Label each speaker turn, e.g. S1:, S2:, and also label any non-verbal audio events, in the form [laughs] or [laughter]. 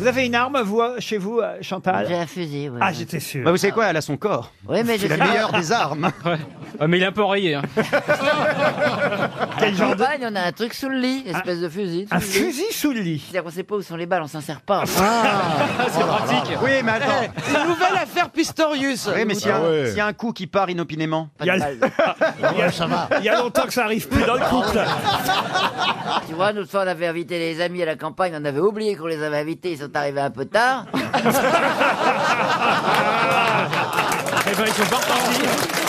S1: Vous avez une arme, vous, euh, chez vous, euh, Chantal
S2: J'ai un fusil, ouais.
S1: Ah, j'étais sûr.
S3: Bah, vous savez quoi, elle a son corps.
S2: Oui, mais je
S3: C'est la
S2: sais pas.
S3: meilleure des armes.
S4: mais il est un peu enrayé.
S1: Quel
S2: En
S1: genre de... Ah.
S2: Campagne, on a un truc sous le lit, espèce de fusil. sous
S1: Un
S2: le lit.
S1: fusil sous le lit.
S2: C'est-à-dire qu'on sait pas où sont les balles, on s'en sert pas.
S4: C'est pratique.
S3: Oui, mais attends.
S5: Nouvelle affaire Pistorius.
S3: Oui, mais s'il y, a
S6: Ah
S3: un-
S6: ouais.
S3: s'il y a un coup qui part inopinément.
S2: Pas
S1: Il y a
S2: de
S1: le- [laughs]
S2: balles.
S1: Il y a longtemps que ça arrive plus dans le couple.
S2: Tu vois, nous fois, on avait invité les amis à la campagne, on avait oublié qu'on les avait invités, ils sont arrivés un peu tard.
S4: Eh ben, ils sont pas repartis.